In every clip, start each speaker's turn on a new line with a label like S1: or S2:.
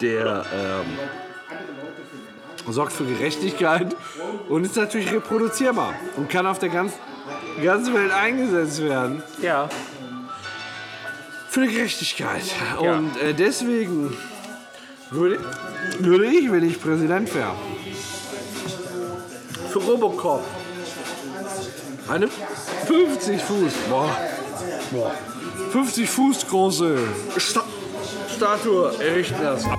S1: der ähm, sorgt für Gerechtigkeit und ist natürlich reproduzierbar und kann auf der ganzen, ganzen Welt eingesetzt werden
S2: Ja.
S1: für die Gerechtigkeit.
S2: Ja.
S1: Und äh, deswegen würde, würde ich, wenn ich Präsident wäre,
S2: Für Robocop.
S1: eine 50 Fuß, boah, boah, 50 Fuß große Sta Statue errichten lassen.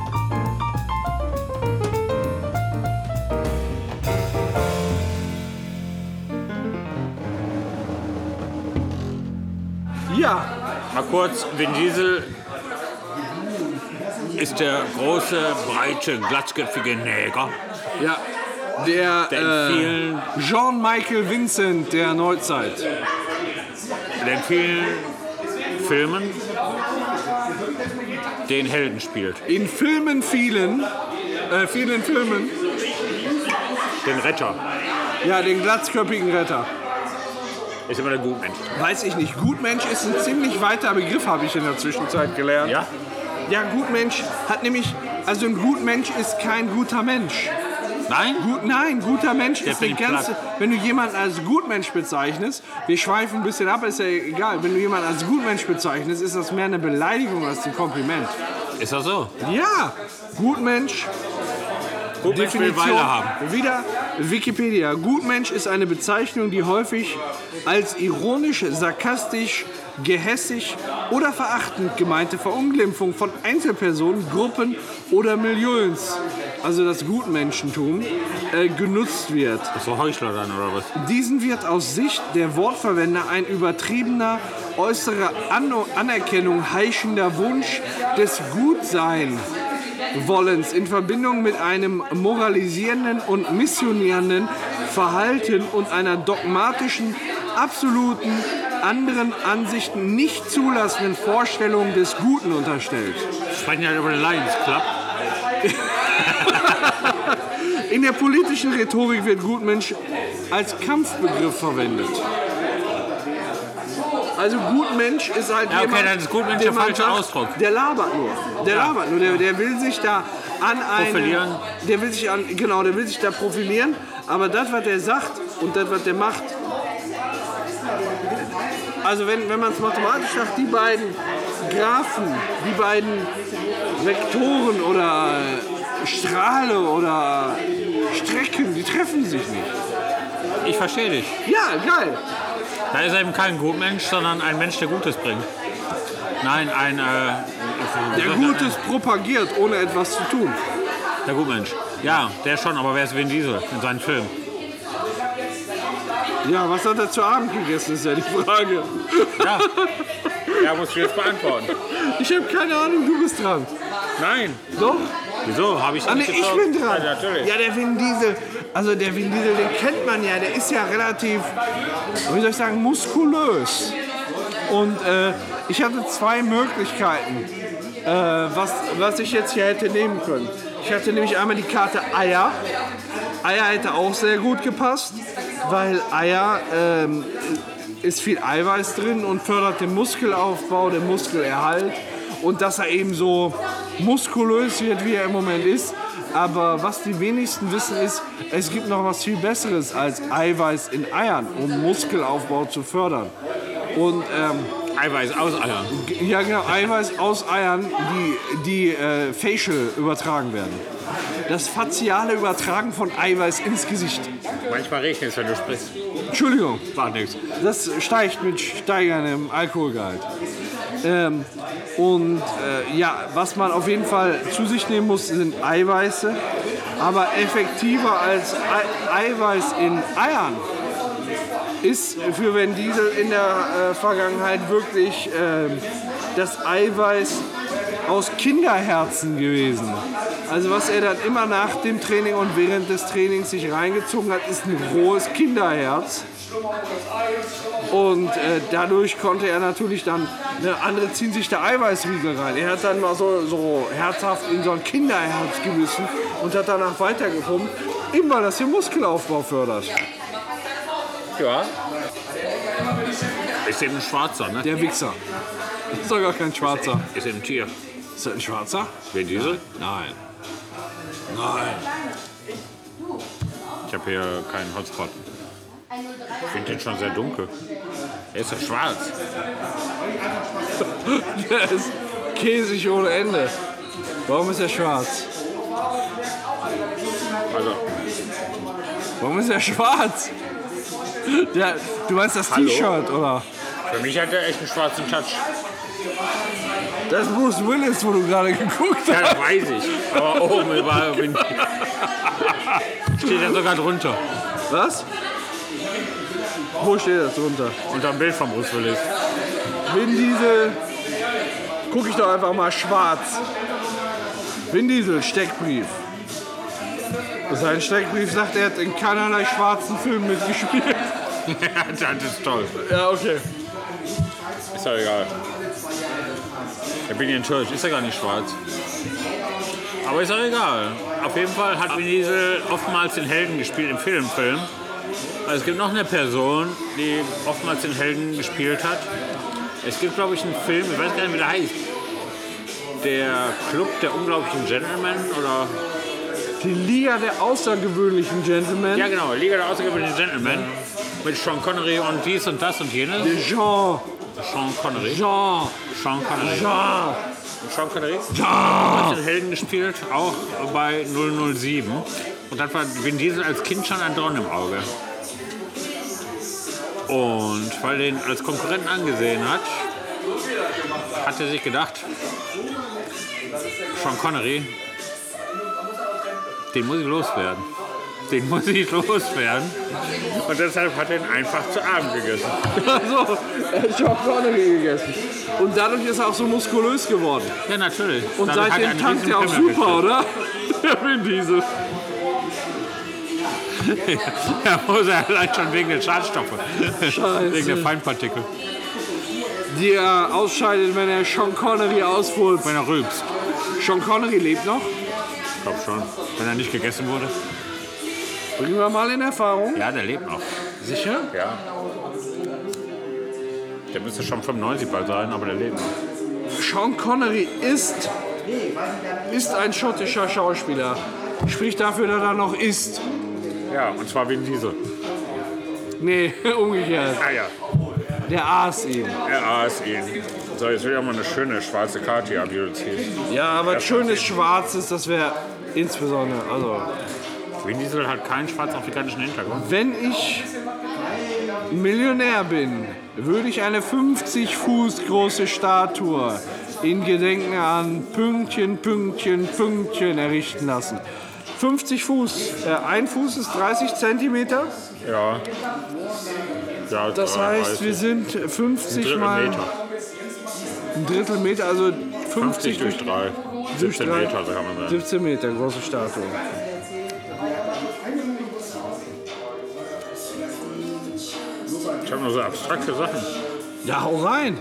S1: Ja,
S2: Mal kurz, Vin Diesel ist der große, breite, glatzköpfige Neger,
S1: ja, der,
S2: der in
S1: äh,
S2: vielen
S1: Jean-Michael Vincent der Neuzeit.
S2: der in vielen Filmen den Helden spielt,
S1: In Filmen vielen, äh, vielen Filmen,
S2: den Retter.
S1: ja, den glatzköpfigen Retter.
S2: Ist immer der Gutmensch.
S1: Weiß ich nicht. Gutmensch ist ein ziemlich weiter Begriff, habe ich in der Zwischenzeit gelernt.
S2: Ja?
S1: Ja, Gutmensch hat nämlich, also ein Gutmensch ist kein guter Mensch.
S2: Nein?
S1: Gut, nein, guter Mensch ist eine
S2: bin ich
S1: ganze, wenn du jemanden als Gutmensch bezeichnest, wir schweifen ein bisschen ab, ist ja egal, wenn du jemanden als Gutmensch bezeichnest, ist das mehr eine Beleidigung als ein Kompliment.
S2: Ist das so?
S1: Ja, Gutmensch,
S2: Gutmensch will
S1: Definition,
S2: Weile haben.
S1: wieder Wikipedia. Gutmensch ist eine Bezeichnung, die häufig als ironisch, sarkastisch, gehässig oder verachtend gemeinte Verunglimpfung von Einzelpersonen, Gruppen oder Milieus, also das Gutmenschentum, äh, genutzt wird.
S2: Ist doch Heuchler dann oder was?
S1: Diesen wird aus Sicht der Wortverwender ein übertriebener, äußere An Anerkennung heischender Wunsch des Gutseinwollens in Verbindung mit einem moralisierenden und missionierenden Verhalten und einer dogmatischen, absoluten, anderen Ansichten nicht zulassenden Vorstellung des Guten unterstellt.
S2: Wir sprechen halt über den Lions Club.
S1: In der politischen Rhetorik wird Gutmensch als Kampfbegriff verwendet. Also Gutmensch ist halt
S2: Ja, okay,
S1: jemand,
S2: dann ist Gutmensch
S1: dem
S2: der
S1: man
S2: falsche
S1: sagt,
S2: Ausdruck.
S1: Der labert nur. Der
S2: Ja.
S1: labert nur. Der, der will sich da an einen,
S2: Profilieren.
S1: der will sich an, genau, der will sich da profilieren. Aber das, was der sagt und das, was der macht, also wenn, wenn man es mathematisch sagt, die beiden Graphen, die beiden Vektoren oder äh, Strahle oder Strecken, die treffen sich nicht.
S2: Ich verstehe dich.
S1: Ja, geil.
S2: Da ist er eben kein Gutmensch, sondern ein Mensch, der Gutes bringt. Nein, ein. Äh,
S1: Der Gutes propagiert, ohne etwas zu tun.
S2: Der Gutmensch. Ja, der schon, aber wer ist Vin Diesel in seinen Filmen?
S1: Ja, was hat er zu Abend gegessen, ist ja die Frage.
S2: Ja. Ja, musst du jetzt beantworten.
S1: Ich habe keine Ahnung, du bist dran.
S2: Nein.
S1: Doch?
S2: Wieso? Habe ich
S1: Ah, nee,
S2: nicht
S1: ich
S2: getraut?
S1: bin dran.
S2: Ja, natürlich.
S1: Ja, der Vin Diesel, also der Vin Diesel, den kennt man ja, der ist ja relativ, wie soll ich sagen, muskulös. Und äh, ich hatte zwei Möglichkeiten, äh, was, was ich jetzt hier hätte nehmen können. Ich hatte nämlich einmal die Karte Eier. Eier hätte auch sehr gut gepasst, weil Eier ähm, ist viel Eiweiß drin und fördert den Muskelaufbau, den Muskelerhalt und dass er eben so muskulös wird, wie er im Moment ist. Aber was die wenigsten wissen ist, es gibt noch was viel Besseres als Eiweiß in Eiern, um Muskelaufbau zu fördern. Und ähm,
S2: Eiweiß aus ah Eiern.
S1: g- ja genau, Eiweiß aus Eiern, die, die äh, facial übertragen werden. Das faciale Übertragen von Eiweiß ins Gesicht.
S2: Manchmal regnet es, wenn du sprichst.
S1: Entschuldigung.
S2: Macht nichts.
S1: Das steigt mit steigerndem Alkoholgehalt. Ähm, und äh, ja, was man auf jeden Fall zu sich nehmen muss, sind Eiweiße. Aber effektiver als Ei Eiweiß in Eiern ist für Vin Diesel in der äh, Vergangenheit wirklich ähm, das Eiweiß aus Kinderherzen gewesen. Also was er dann immer nach dem Training und während des Trainings sich reingezogen hat, ist ein rohes Kinderherz. Und äh, dadurch konnte er natürlich dann, ne, andere ziehen sich da Eiweißriegel rein. Er hat dann mal so, so herzhaft in so ein Kinderherz gebissen und hat danach weitergepumpt. Eben weil das den Muskelaufbau fördert.
S2: Ja. Ist eben ein Schwarzer, ne?
S1: Der Wichser. Ist doch gar kein Schwarzer.
S2: Ist eben ein Tier.
S1: Ist das ein schwarzer?
S2: Vin Diesel?
S1: Nein. Nein.
S2: Ich habe hier keinen Hotspot. Ich finde den schon sehr dunkel. Er ist ja schwarz.
S1: Der ist käsig ohne Ende. Warum ist er schwarz?
S2: Also,
S1: Warum ist er schwarz? Der, du meinst das
S2: Hallo?
S1: T-Shirt, oder?
S2: für mich hat er echt einen schwarzen Touch.
S1: Das ist Bruce Willis, wo du gerade geguckt
S2: Ja,
S1: hast.
S2: das weiß ich. Aber oben über Vin Steht er sogar drunter.
S1: Was? Wo steht das drunter?
S2: Unter dem Bild von Bruce Willis.
S1: Vin Diesel. Guck ich doch einfach mal schwarz. Vin Diesel, Steckbrief. Sein Steckbrief sagt, er hat in keinerlei schwarzen Filmen mitgespielt.
S2: das ist toll.
S1: Ja, okay.
S2: Ist ja egal. Ich bin enttäuscht, ist ja gar nicht schwarz. Aber ist ja egal. Auf jeden Fall hat Vin Diesel oftmals den Helden gespielt im Filmfilm. Also es gibt noch eine Person, die oftmals den Helden gespielt hat. Es gibt, glaube ich, einen Film, ich weiß gar nicht, wie der heißt. Der Club der unglaublichen Gentlemen oder
S1: Die Liga der außergewöhnlichen Gentlemen.
S2: Ja, genau, Liga der außergewöhnlichen Gentlemen. Mit Sean Connery und dies und das und jenes.
S1: Jean,
S2: Sean Connery.
S1: Jean,
S2: Sean Connery.
S1: Jean,
S2: Sean Connery
S1: Jean.
S2: hat den Helden gespielt, auch bei 007. Und das war Vin Diesel als Kind schon ein Dorn im Auge. Und weil er ihn als Konkurrenten angesehen hat, hat er sich gedacht, Sean Connery, den muss ich loswerden. Den muss ich loswerden. Und deshalb hat er ihn einfach zu Abend gegessen.
S1: Also, er hat Sean Connery gegessen. Und dadurch ist er auch so muskulös geworden.
S2: Ja, natürlich.
S1: Und
S2: Dadurch hat
S1: seitdem
S2: er einen
S1: tanzt
S2: riesen
S1: er auch
S2: Pimmel
S1: super,
S2: gekriegt.
S1: oder? Der Vin Diesel.
S2: Ja, muss er allein schon wegen der Schadstoffe. Wegen der Feinpartikel.
S1: Die er ausscheidet, wenn er Sean Connery ausfurzt.
S2: Wenn er rülpst.
S1: Sean Connery lebt noch.
S2: Ich glaube schon. Wenn er nicht gegessen wurde.
S1: Bringen wir mal in Erfahrung.
S2: Ja, der lebt noch.
S1: Sicher?
S2: Ja. Der müsste schon 95 bald sein, aber der lebt noch.
S1: Sean Connery ist, ist ein schottischer Schauspieler. Sprich dafür, dass er noch ist.
S2: Ja, und zwar wegen Diesel.
S1: Nee, umgekehrt.
S2: Ah ja,
S1: Der aß ihn.
S2: er aß ihn. eh. So, jetzt will ich auch mal eine schöne schwarze Karte hier am Judith ziehen.
S1: Ja, aber schönes Schwarzes, das wäre insbesondere. Also,
S2: Vin Diesel hat keinen schwarz-afrikanischen Hintergrund.
S1: wenn ich Millionär bin, würde ich eine 50 Fuß große Statue in Gedenken an Pünktchen, Pünktchen, Pünktchen errichten lassen. 50 Fuß, äh, ein Fuß ist 30 Zentimeter.
S2: Ja. ja äh,
S1: Das heißt, wir sind 50 mal
S2: Meter.
S1: ein Drittel Meter, also
S2: 50
S1: 50
S2: durch 3.
S1: durch
S2: 17
S1: drei-
S2: Meter, so kann man sagen.
S1: 17 Meter große Statue.
S2: Ich habe nur so abstrakte Sachen.
S1: Ja, hau rein!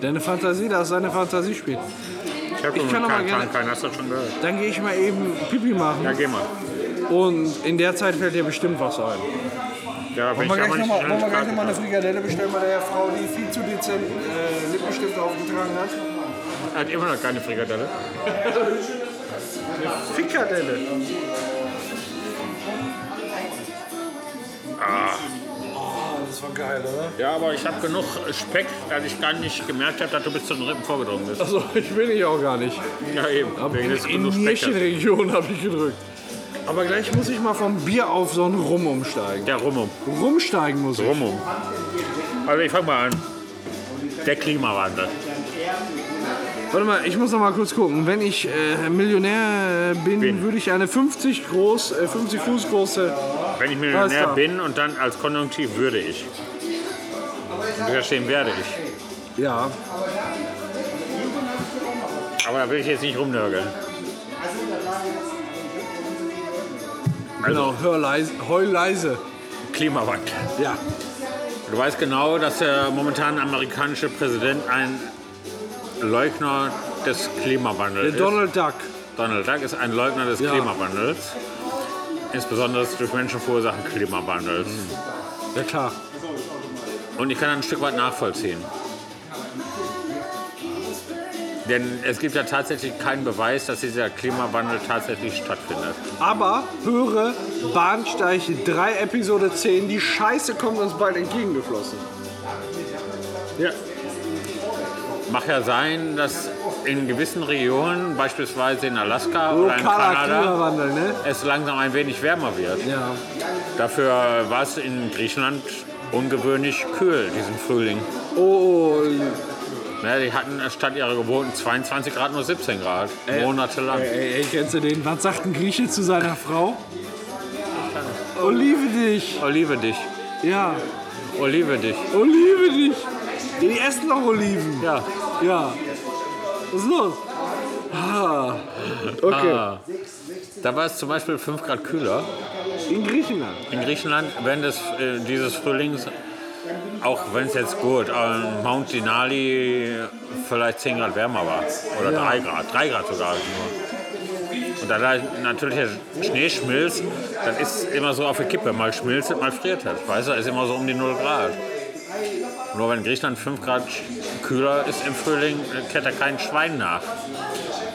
S1: Deine Fantasie, das ist deine Fantasie spielt.
S2: Ich habe
S1: Ich kann aber gerne-
S2: keinen, hast du das schon gehört?
S1: Dann gehe ich mal eben Pipi machen
S2: Ja, geh mal.
S1: und in der Zeit fällt dir bestimmt was ein.
S2: Ja,
S1: Wollen
S2: wenn
S1: wir
S2: ich
S1: gleich
S2: aber nicht
S1: nochmal
S2: schnell
S1: noch
S2: die Karte
S1: mal eine
S2: kann.
S1: Frikadelle bestellen bei der Frau, die viel zu dezent äh, Lippenstift aufgetragen hat?
S2: Er hat immer noch keine Frikadelle.
S1: Frikadelle. Ah. Das war geil, oder?
S2: Ja, aber ich habe genug Speck, dass ich gar nicht gemerkt habe, dass du bis zu den Rippen vorgedrungen bist.
S1: Also ich will ich auch gar nicht.
S2: Ja, eben. Wegen
S1: In,
S2: des
S1: in
S2: genug Speck. hast.
S1: Nierchenregion habe ich gedrückt. Aber gleich muss ich mal vom Bier auf so einen Rum umsteigen.
S2: Ja, rumum.
S1: Rumsteigen muss ich.
S2: Rumum. Also ich fange mal an. Der Klimawandel.
S1: Warte mal, ich muss noch mal kurz gucken. Wenn ich äh, Millionär äh, bin,
S2: Bin.
S1: würde ich eine 50 groß, äh, 50 Fuß große.
S2: Wenn
S1: Alles
S2: ich Millionär
S1: klar.
S2: bin und dann als Konjunktiv würde ich. Und verstehen werde ich.
S1: Ja.
S2: Aber da will ich jetzt nicht rumnörgeln. Also.
S1: Genau, hör leise, heul leise.
S2: Klimawandel.
S1: Ja.
S2: Du weißt genau, dass der momentan amerikanische Präsident ein Leugner des
S1: Der
S2: Klimawandels ist.
S1: Donald Duck.
S2: Donald Duck ist ein Leugner des
S1: Ja.
S2: Klimawandels. Insbesondere des durch Menschen verursachten Klimawandels.
S1: Mhm. Ja klar.
S2: Und ich kann das ein Stück weit nachvollziehen. Denn es gibt ja tatsächlich keinen Beweis, dass dieser Klimawandel tatsächlich stattfindet.
S1: Aber höre Bahnsteige 3, Episode 10, die Scheiße kommt uns bald entgegengeflossen.
S2: Ja. Mag ja sein, dass in gewissen Regionen, beispielsweise in Alaska oder in
S1: Lokaler
S2: Kanada,
S1: Klimawandel, ne?
S2: es langsam ein wenig wärmer wird.
S1: Ja.
S2: Dafür war es in Griechenland ungewöhnlich kühl diesen Frühling.
S1: Oh,
S2: Ne, die hatten statt ihrer gewohnten 22 Grad nur 17 Grad. monatelang.
S1: ey, ey, kennst du den? Was sagt ein Grieche zu seiner Frau? Olive dich!
S2: Olive dich.
S1: Ja,
S2: Olive dich.
S1: Olive dich! Die essen doch Oliven.
S2: Ja.
S1: Ja. Was ist los? Ah. Okay.
S2: Ah. Da war es zum Beispiel 5 Grad kühler.
S1: In Griechenland.
S2: In Griechenland während des, äh, dieses Frühlings, auch wenn es jetzt gut, ähm, Mount Denali vielleicht 10 Grad wärmer war. Oder 3 Grad, 3 Grad sogar nur. Und da da natürlich der Schnee schmilzt, dann ist es immer so auf der Kippe. Mal schmilzt, es, mal friert es. Weißt du, ist immer so um die 0 Grad. Nur wenn Griechenland 5 Grad kühler ist im Frühling, kehrt da kein Schwein nach.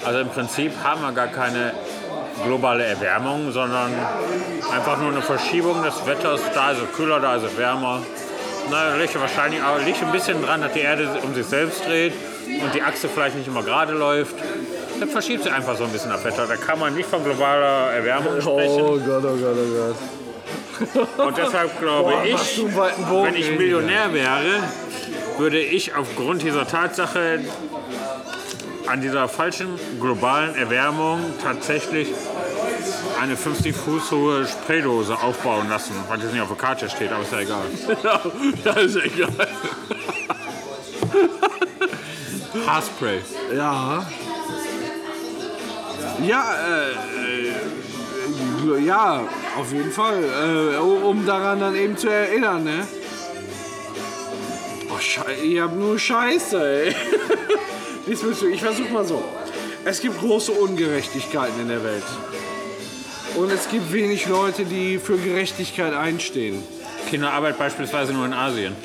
S2: Also im Prinzip haben wir gar keine globale Erwärmung, sondern einfach nur eine Verschiebung des Wetters. Da ist es kühler, da ist es wärmer. Na, liegt wahrscheinlich aber liegt ein bisschen dran, dass die Erde um sich selbst dreht und die Achse vielleicht nicht immer gerade läuft. Dann verschiebt sie einfach so ein bisschen das Wetter. Da kann man nicht von globaler Erwärmung sprechen.
S1: Gott, oh Gott, oh
S2: Und deshalb glaube
S1: Boah, machst
S2: ich,
S1: du einen weiten Bogen,
S2: wenn ich
S1: ey,
S2: Millionär wäre, würde ich aufgrund dieser Tatsache an dieser falschen globalen Erwärmung tatsächlich eine 50 Fuß hohe Spraydose aufbauen lassen, weil das nicht auf der Karte steht, aber ist ja egal.
S1: Gott. Genau, das ist egal.
S2: Haarspray.
S1: Ja. Ja, äh, äh, ja, auf jeden Fall. Äh, um daran dann eben zu erinnern, ne? Oh, Scheiße, ich hab nur Scheiße, ey. Dies willst du, ich versuch mal so. Es gibt große Ungerechtigkeiten in der Welt. Und es gibt wenig Leute, die für Gerechtigkeit einstehen.
S2: Kinderarbeit beispielsweise nur in Asien.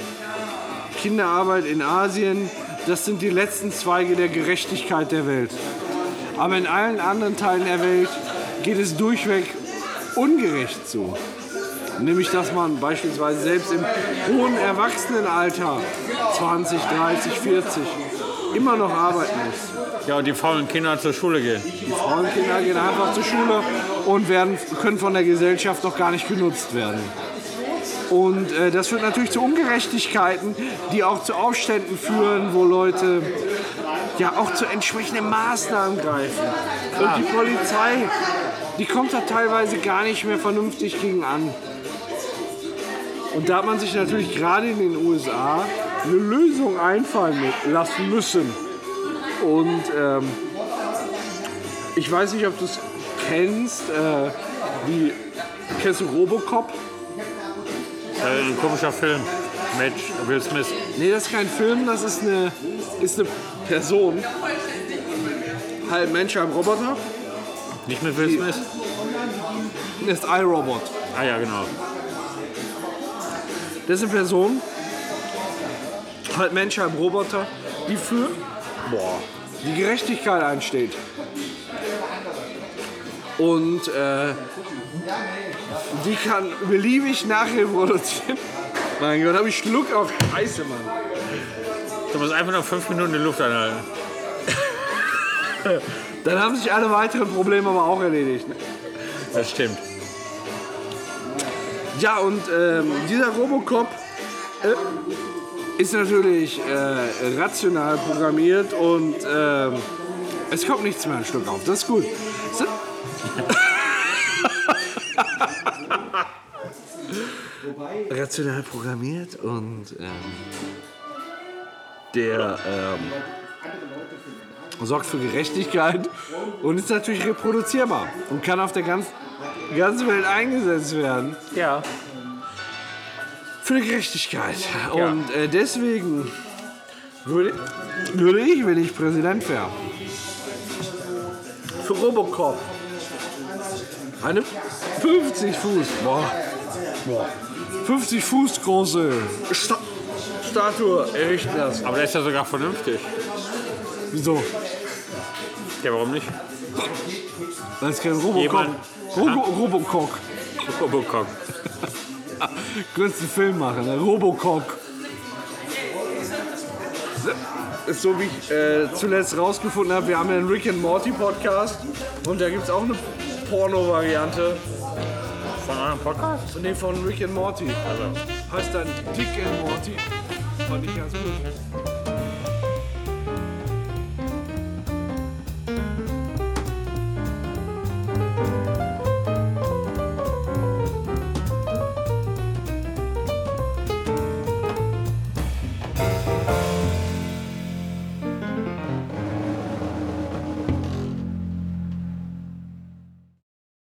S1: Kinderarbeit in Asien, das sind die letzten Zweige der Gerechtigkeit der Welt. Aber in allen anderen Teilen der Welt geht es durchweg ungerecht zu. Nämlich, dass man beispielsweise selbst im hohen Erwachsenenalter, 20, 30, 40, immer noch arbeiten muss.
S2: Ja, und die faulen Kinder zur Schule gehen.
S1: Die Frauenkinder gehen einfach zur Schule und werden, können von der Gesellschaft noch gar nicht genutzt werden. Und äh, das führt natürlich zu Ungerechtigkeiten, die auch zu Aufständen führen, wo Leute ja auch zu entsprechenden Maßnahmen greifen. Und die Polizei, die kommt da teilweise gar nicht mehr vernünftig gegen an. Und da hat man sich natürlich gerade in den USA eine Lösung einfallen mit- lassen müssen. Und ähm, ich weiß nicht, ob du es kennst, äh, die, kennst du Robocop?
S2: Äh, ein komischer Film mit Will Smith.
S1: Nee, das ist kein Film, das ist eine, ist eine Person. Halb Mensch, halb Roboter.
S2: Nicht mit Will Smith?
S1: Das ist iRobot.
S2: Ah ja, genau.
S1: Das ist eine Person, halb Mensch, halb Roboter, die für boah, die Gerechtigkeit einsteht. Und äh, die kann beliebig Nachhilfe produzieren. Mein Gott, habe ich Schluck auf Scheiße, Mann.
S2: Du musst einfach noch fünf Minuten die Luft anhalten.
S1: Dann haben sich alle weiteren Probleme aber auch erledigt. ne?
S2: Das stimmt.
S1: Ja, und ähm, dieser Robocop äh, ist natürlich äh, rational programmiert und ähm, es kommt nichts mehr ein Stück auf. Das ist gut. So. rational programmiert und ähm, der ähm, sorgt für Gerechtigkeit und ist natürlich reproduzierbar und kann auf der ganzen, ganzen Welt eingesetzt werden
S2: Ja.
S1: für die Gerechtigkeit.
S2: Ja.
S1: Und äh, deswegen würde, würde ich, wenn ich Präsident wäre, für Robocop eine 50 Fuß, boah, boah, 50 Fuß große Sta Statue errichten lassen.
S2: Aber der ist ja sogar vernünftig.
S1: Wieso?
S2: Ja, warum nicht?
S1: Das ist kein Robocop.
S2: Jemand-
S1: Robo Robocock.
S2: Robocop.
S1: Könntest einen Film machen, ne? Robocock. Ist so wie ich äh, zuletzt rausgefunden habe, wir haben ja einen Rick and Morty Podcast und da gibt es auch eine Porno-Variante
S2: Von eurem Podcast?
S1: von dem von Rick and Morty.
S2: Also.
S1: Heißt dann Dick and Morty. Fand ich ganz gut.